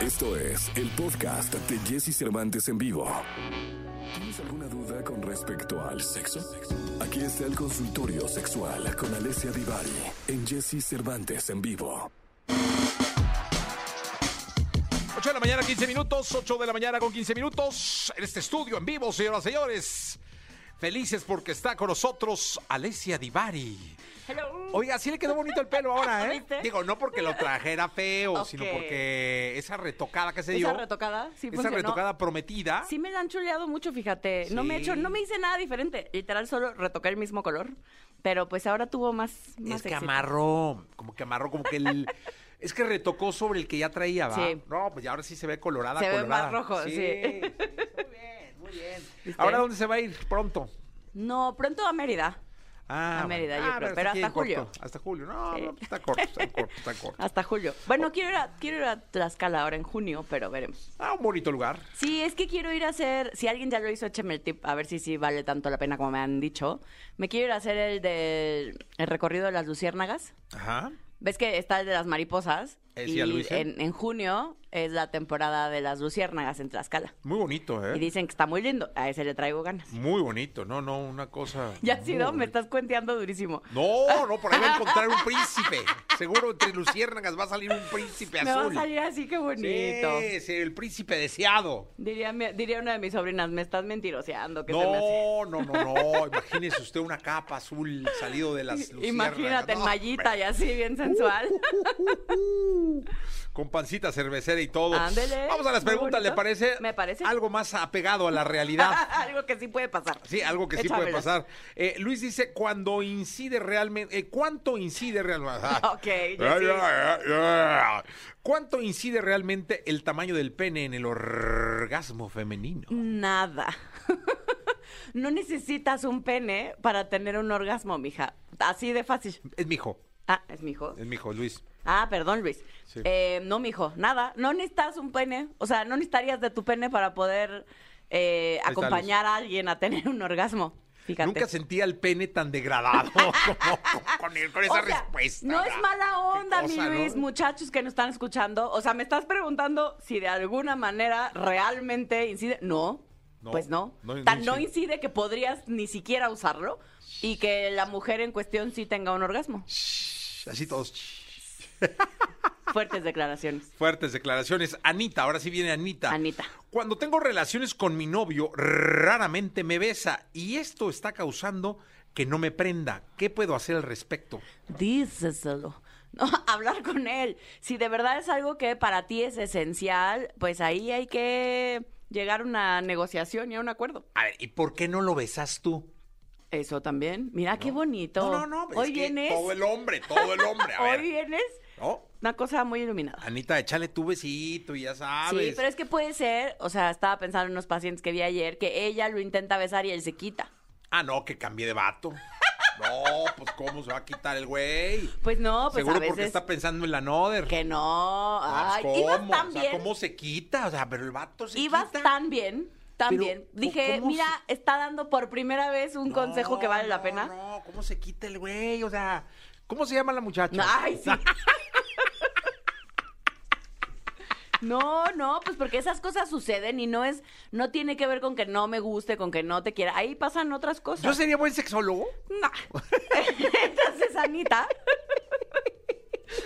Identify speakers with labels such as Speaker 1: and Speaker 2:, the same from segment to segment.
Speaker 1: Esto es el podcast de Jesse Cervantes en vivo. ¿Tienes alguna duda con respecto al sexo? Aquí está el consultorio sexual con Alessia Divari en Jesse Cervantes en vivo.
Speaker 2: 8 de la mañana, 15 minutos. 8 de la mañana con 15 minutos. En este estudio en vivo, señoras y señores. Felices porque está con nosotros Alessia Divari.
Speaker 3: Hello.
Speaker 2: Oiga, sí le quedó bonito el pelo ahora, ¿eh?
Speaker 3: ¿Ah, ¿Viste?
Speaker 2: Digo, no porque lo trajera feo,
Speaker 3: Ok.
Speaker 2: sino porque esa retocada que se dio.
Speaker 3: Esa retocada, sí
Speaker 2: esa
Speaker 3: funcionó.
Speaker 2: retocada prometida.
Speaker 3: Sí me la han chuleado mucho, fíjate. No me he hecho,
Speaker 2: Sí.
Speaker 3: no me hice nada diferente. Literal, solo retoqué el mismo color. Pero pues ahora tuvo más, más
Speaker 2: es que
Speaker 3: éxito.
Speaker 2: amarró, como que amarró, como que el... Es que retocó sobre el que ya traía, ¿va?
Speaker 3: Sí.
Speaker 2: No, pues ya ahora sí se ve colorada,
Speaker 3: Se ve
Speaker 2: colorada.
Speaker 3: más rojo, sí.
Speaker 2: Muy bien, muy bien.
Speaker 3: ¿Viste?
Speaker 2: ¿Ahora dónde se va a ir pronto?
Speaker 3: No, pronto a Mérida.
Speaker 2: Ah,
Speaker 3: A Mérida,
Speaker 2: bueno.
Speaker 3: yo
Speaker 2: Ah,
Speaker 3: creo,
Speaker 2: está
Speaker 3: pero
Speaker 2: aquí
Speaker 3: hasta
Speaker 2: en corto,
Speaker 3: julio.
Speaker 2: hasta julio, no,
Speaker 3: Sí.
Speaker 2: no, está corto, está corto, está corto.
Speaker 3: Hasta julio. Bueno, quiero ir a, quiero ir a Tlaxcala ahora en junio, pero veremos.
Speaker 2: Ah, un bonito lugar.
Speaker 3: Sí, es que quiero ir a hacer, si alguien ya lo hizo, écheme el tip, a ver si sí vale tanto la pena como me han dicho. Me quiero ir a hacer el del el recorrido de las luciérnagas.
Speaker 2: Ajá.
Speaker 3: ¿Ves que está el de las mariposas?
Speaker 2: Eh, sí,
Speaker 3: y
Speaker 2: ya lo hice.
Speaker 3: en, en junio es la temporada de las luciérnagas en Tlaxcala.
Speaker 2: Muy bonito,
Speaker 3: Y
Speaker 2: ¿eh?
Speaker 3: dicen que está muy lindo. A ese le traigo ganas.
Speaker 2: Muy bonito, no, no, una cosa...
Speaker 3: Ya ha
Speaker 2: muy
Speaker 3: sido, me
Speaker 2: bonita.
Speaker 3: estás cuenteando durísimo.
Speaker 2: No, no, por ahí va a encontrar un príncipe. Seguro entre luciérnagas va a salir un príncipe
Speaker 3: Me va a
Speaker 2: azul.
Speaker 3: salir así, qué bonito.
Speaker 2: Sí, sí, el príncipe deseado.
Speaker 3: Diría, mi- diría una de mis sobrinas, me estás mentiroseando. ¿qué se me hace?
Speaker 2: No, no, no, no. Imagínese usted una capa azul salido de las luciérnagas.
Speaker 3: Imagínate en
Speaker 2: No, Uh,
Speaker 3: mallita y así, bien sensual.
Speaker 2: Con pancita cervecera y todo.
Speaker 3: Ándele,
Speaker 2: Vamos a las
Speaker 3: muy
Speaker 2: preguntas, ¿le
Speaker 3: bonito.
Speaker 2: parece?
Speaker 3: Me parece.
Speaker 2: Algo más apegado a la realidad.
Speaker 3: Algo que sí puede pasar.
Speaker 2: Sí, algo que sí puede
Speaker 3: Échamelas.
Speaker 2: pasar. Eh, Luis dice, cuando incide realmente, eh, ¿cuánto incide realmente? Ah.
Speaker 3: Ok, Jessy.
Speaker 2: Ay, ay, ay, ay. ¿Cuánto incide realmente el tamaño del pene en el orgasmo femenino?
Speaker 3: Mm. Nada. no necesitas un pene para tener un orgasmo, mija. Así de fácil.
Speaker 2: Es mi hijo,
Speaker 3: Ah, es mi hijo.
Speaker 2: es mi hijo, Luis.
Speaker 3: Ah, perdón, Luis.
Speaker 2: Sí.
Speaker 3: Eh, no, mijo, nada. No necesitas un pene. O sea, no necesitarías de tu pene para poder eh,
Speaker 2: está,
Speaker 3: acompañar a alguien a tener un orgasmo. Fíjate.
Speaker 2: Nunca sentía el pene tan degradado como con, el- con esa
Speaker 3: O sea,
Speaker 2: respuesta.
Speaker 3: No es mala onda,
Speaker 2: Qué
Speaker 3: mi
Speaker 2: cosa, ¿no?
Speaker 3: Luis, muchachos que nos están escuchando. O sea, me estás preguntando si de alguna manera realmente incide. No,
Speaker 2: No,
Speaker 3: pues no.
Speaker 2: no, no
Speaker 3: Tan no
Speaker 2: incide.
Speaker 3: incide que podrías ni siquiera usarlo y que la mujer en cuestión sí tenga un orgasmo.
Speaker 2: Así todos
Speaker 3: Fuertes declaraciones.
Speaker 2: fuertes declaraciones. Anita, ahora sí viene Anita.
Speaker 3: Anita.
Speaker 2: Cuando tengo relaciones con mi novio, raramente me besa y esto está causando que no me prenda. ¿Qué puedo hacer al respecto?
Speaker 3: Díselo. No, hablar con él. Si de verdad es algo que para ti es esencial, pues ahí hay que llegar a una negociación y a un acuerdo.
Speaker 2: A ver, ¿y por qué no lo besas tú?
Speaker 3: Eso también. Mira qué bonito.
Speaker 2: No, no, no.
Speaker 3: Hoy
Speaker 2: es que
Speaker 3: vienes.
Speaker 2: Todo el hombre, todo el hombre. A ver.
Speaker 3: Hoy vienes
Speaker 2: ¿No?
Speaker 3: una cosa muy iluminada.
Speaker 2: Anita, échale tu besito y ya sabes.
Speaker 3: Sí, pero es que puede ser, o sea, estaba pensando en unos pacientes que vi ayer, que ella lo intenta besar y él se quita.
Speaker 2: Ah, no, que cambié de vato. No, pues cómo se va a quitar el güey.
Speaker 3: Pues no, pues
Speaker 2: Seguro
Speaker 3: a
Speaker 2: porque
Speaker 3: veces
Speaker 2: está pensando en la Noder.
Speaker 3: que no.
Speaker 2: Ah,
Speaker 3: Ay,
Speaker 2: pues,
Speaker 3: ibas
Speaker 2: ¿cómo?
Speaker 3: tan
Speaker 2: O sea,
Speaker 3: bien,
Speaker 2: ¿Cómo se quita? O sea, pero el vato se
Speaker 3: ibas
Speaker 2: quita.
Speaker 3: tan bien, tan
Speaker 2: Pero,
Speaker 3: bien.
Speaker 2: ¿cómo-
Speaker 3: Dije,
Speaker 2: cómo
Speaker 3: mira,
Speaker 2: se-
Speaker 3: está dando por primera vez un
Speaker 2: No,
Speaker 3: consejo que vale la
Speaker 2: no,
Speaker 3: pena.
Speaker 2: No, ¿cómo se quita el güey? O sea, ¿cómo se llama la muchacha?
Speaker 3: No, ay, sí. No, no, pues porque esas cosas suceden y no es, no tiene que ver con que no me guste, con que no te quiera. Ahí pasan otras cosas.
Speaker 2: ¿Yo sería buen sexólogo?
Speaker 3: No. Entonces, Anita,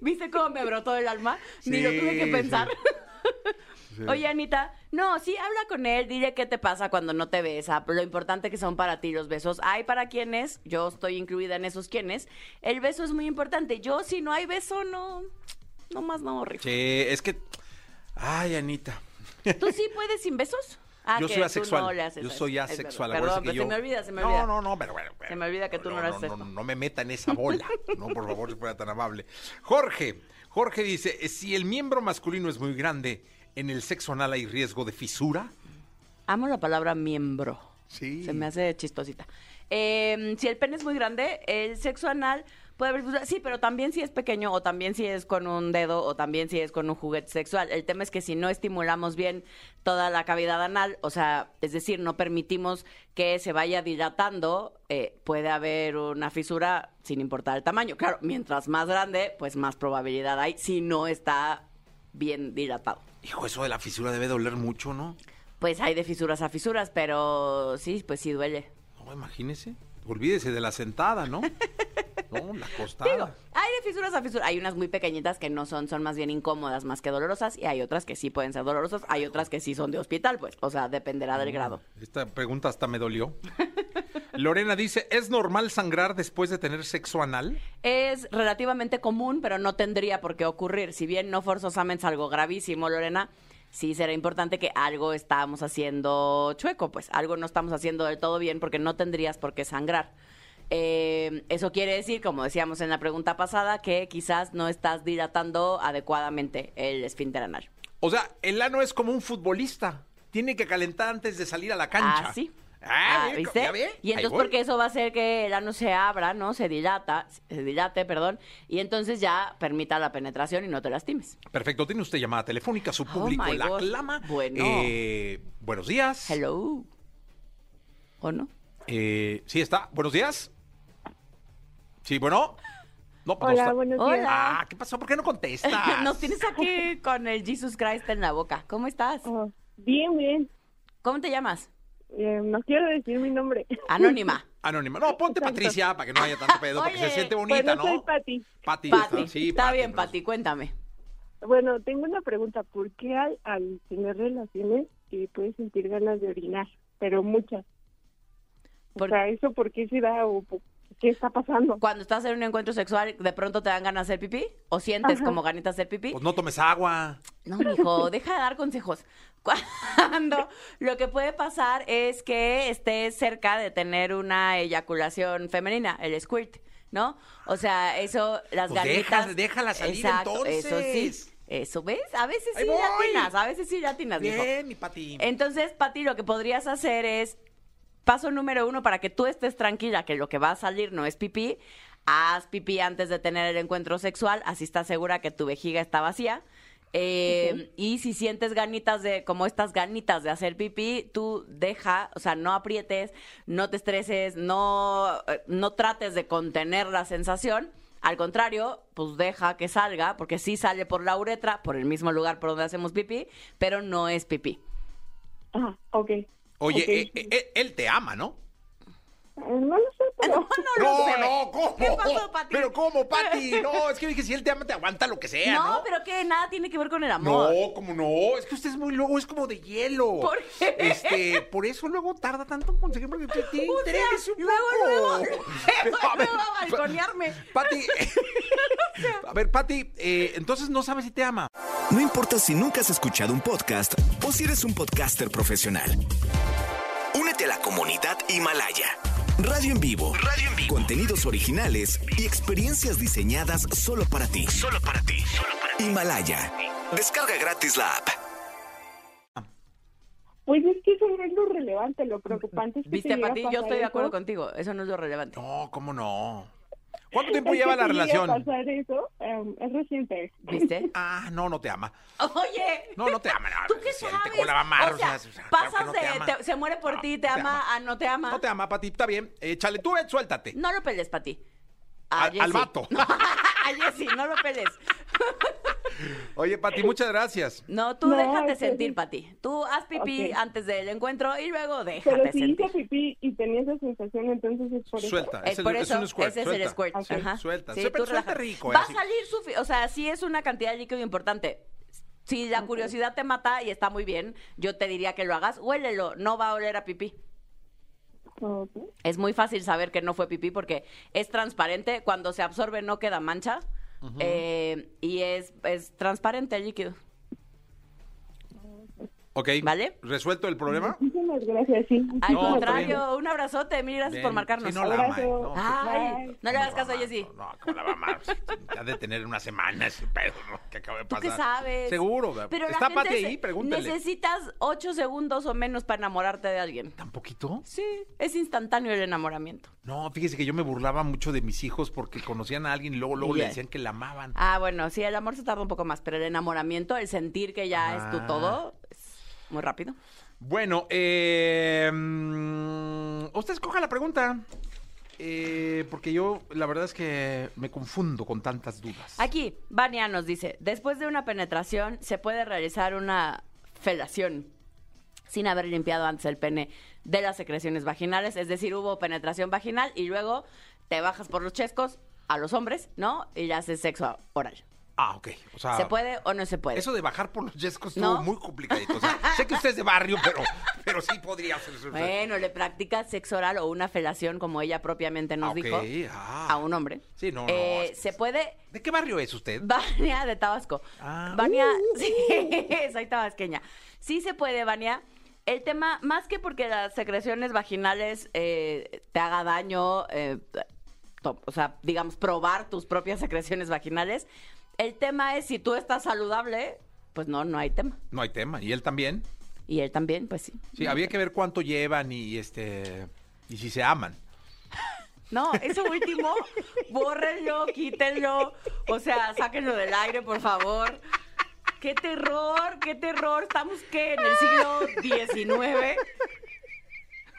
Speaker 3: ¿viste cómo me brotó el alma? Ni lo tuve que
Speaker 2: Sí,
Speaker 3: pensar.
Speaker 2: sí.
Speaker 3: Oye, Anita, no, sí, habla con él, dile qué te pasa cuando no te besa, lo importante que son para ti los besos. Hay para quienes, yo estoy incluida en esos quienes, el beso es muy importante. Yo, si no hay beso, no, no más no, rico.
Speaker 2: Sí, es que. Ay, Anita.
Speaker 3: ¿Tú sí puedes sin besos? Ah,
Speaker 2: yo
Speaker 3: que
Speaker 2: soy
Speaker 3: tú
Speaker 2: asexual.
Speaker 3: no le haces
Speaker 2: yo
Speaker 3: eso.
Speaker 2: soy
Speaker 3: Es verdad.
Speaker 2: asexual.
Speaker 3: Perdón,
Speaker 2: acuérdese
Speaker 3: pero
Speaker 2: que yo-
Speaker 3: se me olvida, se me olvida.
Speaker 2: No, no, no, pero bueno.
Speaker 3: Se me olvida que tú no eres
Speaker 2: no,
Speaker 3: esto.
Speaker 2: no, no me meta en esa bola. No, por favor, si fuera tan amable. Jorge, Jorge dice, eh, si el miembro masculino es muy grande, ¿en el sexo anal hay riesgo de fisura?
Speaker 3: Amo la palabra miembro.
Speaker 2: Sí.
Speaker 3: Se me hace chistosita. Eh, si el pene es muy grande, el sexo anal puede haber. Sí, pero también si es pequeño, o también si es con un dedo, o también si es con un juguete sexual. El tema es que si no estimulamos bien toda la cavidad anal, o sea, es decir, no permitimos que se vaya dilatando, eh, puede haber una fisura sin importar el tamaño. Claro, mientras más grande, pues más probabilidad hay si no está bien dilatado.
Speaker 2: Hijo, eso de la fisura debe doler mucho, ¿no?
Speaker 3: Pues hay de fisuras a fisuras, pero sí, pues sí duele.
Speaker 2: No, imagínese. Olvídese de la sentada, ¿no? No, la costada.
Speaker 3: Digo, hay de fisuras a fisuras. Hay unas muy pequeñitas que no son, son más bien incómodas más que dolorosas y hay otras que sí pueden ser dolorosas, hay otras que sí son de hospital, pues. O sea, dependerá del grado.
Speaker 2: Esta pregunta hasta me dolió. Lorena dice, ¿es normal sangrar después de tener sexo anal?
Speaker 3: Es relativamente común, pero no tendría por qué ocurrir. Si bien no forzosamente es algo gravísimo, Lorena, sí será importante que algo estamos haciendo chueco, pues algo no estamos haciendo del todo bien porque no tendrías por qué sangrar. Eh, eso quiere decir, como decíamos en la pregunta pasada, que quizás no estás dilatando adecuadamente el esfínter anal.
Speaker 2: O sea, el ano es como un futbolista. Tiene que calentar antes de salir a la cancha.
Speaker 3: Ah, sí.
Speaker 2: Ah,
Speaker 3: Ah,
Speaker 2: mira,
Speaker 3: ¿viste?
Speaker 2: ¿ya ve? Ahí
Speaker 3: Y entonces
Speaker 2: voy.
Speaker 3: porque eso va a hacer que el ano se abra, ¿no? Se dilata, se dilate, perdón, y entonces ya permita la penetración y no te lastimes.
Speaker 2: Perfecto, tiene usted llamada telefónica, su
Speaker 3: Oh,
Speaker 2: público
Speaker 3: my
Speaker 2: la
Speaker 3: God.
Speaker 2: aclama.
Speaker 3: Bueno.
Speaker 2: Eh, buenos días.
Speaker 3: Hello. ¿O no?
Speaker 2: Eh, sí está, buenos días. Sí, bueno. No, pues no
Speaker 4: Hola,
Speaker 2: está.
Speaker 4: buenos
Speaker 3: Hola.
Speaker 4: días.
Speaker 2: Ah, ¿qué pasó? ¿Por qué no contestas?
Speaker 3: Nos tienes aquí con el Jesus Christ en la boca. ¿Cómo estás?
Speaker 4: Oh, bien, bien.
Speaker 3: ¿Cómo te llamas?
Speaker 4: Eh, no quiero decir mi nombre.
Speaker 3: Anónima.
Speaker 2: Anónima. No, ponte
Speaker 4: Exacto.
Speaker 2: Patricia para que no haya tanto pedo, porque se
Speaker 3: Oye, pues
Speaker 2: siente bonita,
Speaker 4: Bueno,
Speaker 2: ¿no?
Speaker 4: soy Pati.
Speaker 2: Pati,
Speaker 3: Pati.
Speaker 2: sí,
Speaker 3: Está
Speaker 2: Pati,
Speaker 3: bien,
Speaker 2: ¿no?
Speaker 3: Pati, cuéntame.
Speaker 4: Bueno, tengo una pregunta. ¿Por qué al, al tener relaciones eh, puedes sentir ganas de orinar? Pero muchas.
Speaker 3: Por-
Speaker 4: O sea, ¿eso por qué se da o por- qué está pasando?
Speaker 3: Cuando estás en un encuentro sexual, ¿de pronto te dan ganas de hacer pipí? ¿O sientes como ganitas de hacer pipí?
Speaker 2: Pues no tomes agua.
Speaker 3: No, mijo, deja de dar consejos. Cuando lo que puede pasar es que estés cerca de tener una eyaculación femenina, el squirt, ¿no? O sea, eso, las
Speaker 2: Pues deja-
Speaker 3: ganitas.
Speaker 2: déjala salir,
Speaker 3: Eso sí.
Speaker 2: entonces.
Speaker 3: Eso, ¿ves? A veces
Speaker 2: Ahí
Speaker 3: sí
Speaker 2: voy.
Speaker 3: latinas, a veces sí latinas, mijo.
Speaker 2: Bien, mi Pati.
Speaker 3: Entonces, Pati, lo que podrías hacer es, paso número uno, para que tú estés tranquila que lo que va a salir no es pipí, haz pipí antes de tener el encuentro sexual, así estás segura que tu vejiga está vacía. Eh, Y si sientes ganitas de, como estas ganitas de hacer pipí, tú deja, o sea, no aprietes, no te estreses, no, eh, no trates de contener la sensación. Al contrario, pues deja que salga, porque sí sale por la uretra, por el mismo lugar por donde hacemos pipí, pero no es pipí.
Speaker 4: Ah, ok.
Speaker 2: Oye,
Speaker 4: Ok.
Speaker 2: eh, eh, él, él te ama, ¿no?
Speaker 4: Eh, no lo sé, pero...
Speaker 3: No, no lo sé.
Speaker 2: ¿cómo?
Speaker 3: ¿Qué pasó, Pati? Eh,
Speaker 2: Pero ¿cómo, Pati? No, es que dije, si él te ama, te aguanta lo que sea, ¿no?
Speaker 3: No, pero que nada tiene que ver con el amor.
Speaker 2: No, como no, es que usted es muy loco, es como de hielo.
Speaker 3: ¿Por qué?
Speaker 2: Este, por eso luego tarda tanto en conseguir porque usted tiene
Speaker 3: O sea,
Speaker 2: interés un
Speaker 3: luego,
Speaker 2: poco.
Speaker 3: luego, luego,
Speaker 2: Pero, a ver,
Speaker 3: luego a balconearme.
Speaker 2: Pati, a ver, Pati, eh, entonces no sabes si te ama.
Speaker 5: No importa si nunca has escuchado un podcast o si eres un podcaster profesional. Únete a la comunidad Himalaya. Radio en vivo. Radio en vivo. Contenidos originales y experiencias diseñadas solo para ti. Solo para ti. Solo para ti. Himalaya. Descarga gratis la app.
Speaker 4: Pues es que eso no es lo relevante, lo preocupante es que
Speaker 3: Viste,
Speaker 4: te llega a
Speaker 3: Pati, yo
Speaker 4: pasar
Speaker 3: estoy de acuerdo
Speaker 4: eso.
Speaker 3: contigo. Eso no es lo relevante.
Speaker 2: No, ¿cómo no? ¿Cuánto tiempo
Speaker 4: Es
Speaker 2: lleva
Speaker 4: que
Speaker 2: la
Speaker 4: si llega a
Speaker 2: relación?
Speaker 4: pasar eso, em, es reciente.
Speaker 3: ¿Viste?
Speaker 2: Ah, no, no te ama.
Speaker 3: Oye.
Speaker 2: No, no te ama. no,
Speaker 3: ¿Tú qué
Speaker 2: si él
Speaker 3: sabes?
Speaker 2: Te, ¿cómo la va a amar?
Speaker 3: O sea,
Speaker 2: claro que
Speaker 3: pasas
Speaker 2: no te
Speaker 3: de-
Speaker 2: ama.
Speaker 3: te- se muere por
Speaker 2: No,
Speaker 3: ti, te
Speaker 2: no
Speaker 3: ama, a no te ama.
Speaker 2: No te ama, Pati, está bien. Échale tú, Ed, suéltate.
Speaker 3: No lo peles, Pati. A
Speaker 2: Al, al
Speaker 3: Jessy.
Speaker 2: vato.
Speaker 3: A Jessy, no lo peles.
Speaker 2: Oye, Pati, muchas gracias.
Speaker 3: No, tú
Speaker 4: No,
Speaker 3: déjate
Speaker 4: es que
Speaker 3: sentir,
Speaker 4: sí.
Speaker 3: Pati. Tú haz pipí
Speaker 4: Ok.
Speaker 3: antes del encuentro y luego déjate
Speaker 4: Pero si
Speaker 3: sentir.
Speaker 4: hice pipí y tenía esa sensación, entonces es por eso.
Speaker 2: Suelta.
Speaker 3: Es,
Speaker 2: el-
Speaker 3: por eso,
Speaker 2: un squirt,
Speaker 3: ese es el
Speaker 2: suelta.
Speaker 3: squirt.
Speaker 4: Ok.
Speaker 3: Ajá.
Speaker 2: Suelta,
Speaker 3: Sí,
Speaker 2: suelta,
Speaker 3: tú
Speaker 2: suelta
Speaker 3: relaja.
Speaker 2: rico, eh,
Speaker 3: Va a
Speaker 2: así.
Speaker 3: salir sufi- o sea, sí es una cantidad de líquido importante. Si la curiosidad te mata y está muy bien, yo te diría que lo hagas, huélelo, no va a oler a pipí.
Speaker 4: Ok.
Speaker 3: Es muy fácil saber que no fue pipí porque es transparente, cuando se absorbe no queda mancha eh, y es, es transparente el líquido.
Speaker 2: Ok.
Speaker 3: ¿Vale?
Speaker 2: ¿Resuelto el problema?
Speaker 4: Muchísimas gracias, sí.
Speaker 3: Al
Speaker 2: No, está
Speaker 3: contrario, un abrazote, mil gracias
Speaker 2: Bien.
Speaker 3: por marcarnos. Ah,
Speaker 2: Sí, no la ama,
Speaker 4: Abrazo.
Speaker 2: eh, no, pues,
Speaker 3: Ay,
Speaker 4: Bye.
Speaker 3: no le hagas
Speaker 2: ¿cómo la
Speaker 3: caso a
Speaker 2: va a amar?
Speaker 3: Jessy.
Speaker 2: No, ¿cómo la va a amar? Ha de tener una semana ese pedo, ¿no? Que acaba de
Speaker 3: ¿Tú
Speaker 2: pasar.
Speaker 3: qué sabes?
Speaker 2: Seguro.
Speaker 3: Pero la
Speaker 2: Está
Speaker 3: gente
Speaker 2: Pati
Speaker 3: se-
Speaker 2: ahí, pregúntale.
Speaker 3: Necesitas ocho segundos o menos para enamorarte de alguien.
Speaker 2: ¿Tan poquito?
Speaker 3: Sí, es instantáneo el enamoramiento.
Speaker 2: No, fíjese que yo me burlaba mucho de mis hijos porque conocían a alguien y luego, luego
Speaker 3: Ya.
Speaker 2: le decían que la amaban.
Speaker 3: Ah, bueno, sí, el amor se tarda un poco más, pero el enamoramiento, el sentir que ya es tu
Speaker 2: Ah.
Speaker 3: todo, es muy rápido.
Speaker 2: em, Bueno, eh, mm, usted escoja la pregunta. Eh, porque yo, la verdad es que me confundo con tantas dudas.
Speaker 3: Aquí, Vania nos dice, después de una penetración se puede realizar una felación sin haber limpiado antes el pene de las secreciones vaginales, es decir, hubo penetración vaginal y luego te bajas por los chescos a los hombres, ¿no? Y ya haces sexo oral.
Speaker 2: Ah, ok. O sea,
Speaker 3: ¿Se puede o no se puede?
Speaker 2: Eso de bajar por los yescos
Speaker 3: No.
Speaker 2: estuvo muy complicadito. O sea, sé que usted es de barrio, pero, pero sí podría ser.
Speaker 3: Bueno, le practica sexo oral o una felación, como ella propiamente nos
Speaker 2: Ah, ok.
Speaker 3: dijo,
Speaker 2: Ah.
Speaker 3: a un hombre.
Speaker 2: Sí, no, no,
Speaker 3: Eh,
Speaker 2: es que
Speaker 3: se
Speaker 2: es-
Speaker 3: puede
Speaker 2: ¿De qué barrio es usted?
Speaker 3: Vania de Tabasco.
Speaker 2: Ah.
Speaker 3: Vania, sí, soy tabasqueña. Sí se puede, Vania. El tema, más que porque las secreciones vaginales eh, te haga daño, eh, to- o sea, digamos, probar tus propias secreciones vaginales, el tema es si tú estás saludable, pues no, no hay tema.
Speaker 2: No hay tema. ¿Y él también?
Speaker 3: Y él también, pues sí.
Speaker 2: Sí, había que ver cuánto llevan y este y si se aman.
Speaker 3: No, eso último, bórrenlo, quítenlo, o sea, sáquenlo del aire, por favor. ¡Qué terror, qué terror! ¿Estamos qué? ¿En el siglo XIX?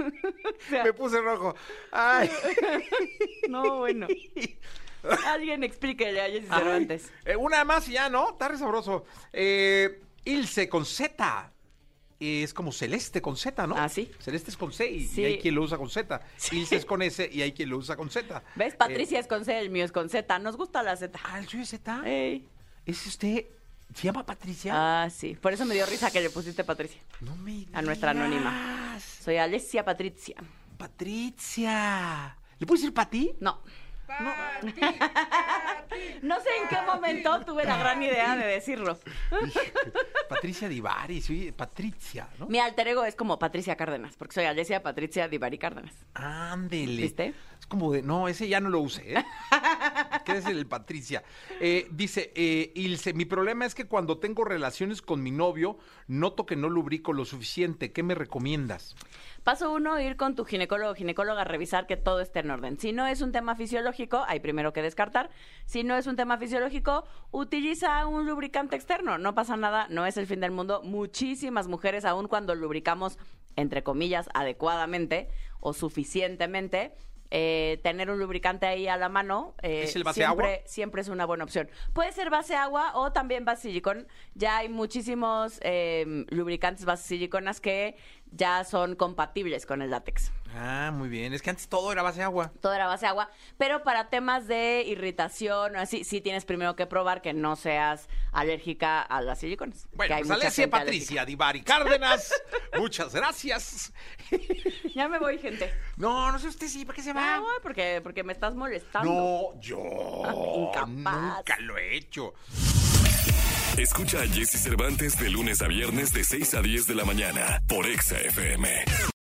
Speaker 3: O sea,
Speaker 2: Me puse rojo. Ay.
Speaker 3: no, bueno. Alguien explíquele a Jessy Cervantes.
Speaker 2: Eh, una más y ya, ¿no? Está re sabroso. Eh, Ilse con Z. Eh, Es como celeste con Z, ¿no?
Speaker 3: Ah, sí.
Speaker 2: Celeste es con C y, y
Speaker 3: Sí.
Speaker 2: hay quien lo usa con Z. Ilse es con S y hay quien lo usa con Z. Eh,
Speaker 3: ¿Ves? Patricia es con C, el mío es con Z. Nos gusta la Z.
Speaker 2: Ah, ¿el suyo es Z?
Speaker 3: Ey.
Speaker 2: ¿Es usted? ¿Se llama Patricia?
Speaker 3: Ah, sí. Por eso me dio risa que le pusiste Patricia.
Speaker 2: no me
Speaker 3: a nuestra
Speaker 2: digas.
Speaker 3: anónima. Soy Alessia Patricia.
Speaker 2: Patricia. ¿Le puedo decir Pati?
Speaker 3: No. No sé en qué momento tuve la gran idea de decirlo.
Speaker 2: Patricia Divari, sí, Patricia, ¿no?
Speaker 3: Mi alter ego es como Patricia Cárdenas, porque soy Alessia Patricia Divari Cárdenas.
Speaker 2: Ándele.
Speaker 3: ¿Viste?
Speaker 2: Es como de, no, ese ya no lo usé. ¿eh? Quédese el Patricia. Eh, dice, eh, Ilse, mi problema es que cuando tengo relaciones con mi novio, noto que no lubrico lo suficiente. ¿Qué me recomiendas?
Speaker 3: Paso uno, ir con tu ginecólogo o ginecóloga a revisar que todo esté en orden. Si no es un tema fisiológico, hay primero que descartar. Si no es un tema fisiológico, utiliza un lubricante externo. No pasa nada, no es el fin del mundo. Muchísimas mujeres, aun cuando lubricamos, entre comillas, adecuadamente o suficientemente, eh, tener un lubricante ahí a la mano eh,
Speaker 2: ¿Es el base
Speaker 3: siempre,
Speaker 2: agua?
Speaker 3: siempre es una buena opción. Puede ser base agua o también base silicón. Ya hay muchísimos eh, lubricantes base siliconas que ya son compatibles con el látex.
Speaker 2: Ah, muy bien. Es que antes todo era base de agua.
Speaker 3: Todo era base agua, pero para temas de irritación o así, sí tienes primero que probar que no seas alérgica a las siliconas. que
Speaker 2: Bueno,
Speaker 3: hay
Speaker 2: pues
Speaker 3: mucha
Speaker 2: Alessia
Speaker 3: gente
Speaker 2: Patricia Divari Cárdenas, muchas gracias.
Speaker 3: alérgica. Ya me voy, gente.
Speaker 2: No, no sé usted sí, ¿para qué se
Speaker 3: Ya
Speaker 2: va?
Speaker 3: me voy porque, porque me estás molestando.
Speaker 2: Ah. No, yo
Speaker 3: Ah, Incapaz.
Speaker 2: nunca lo he hecho.
Speaker 1: Escucha a Jesse Cervantes de lunes a viernes de 6 a 10 de la mañana por Exa FM.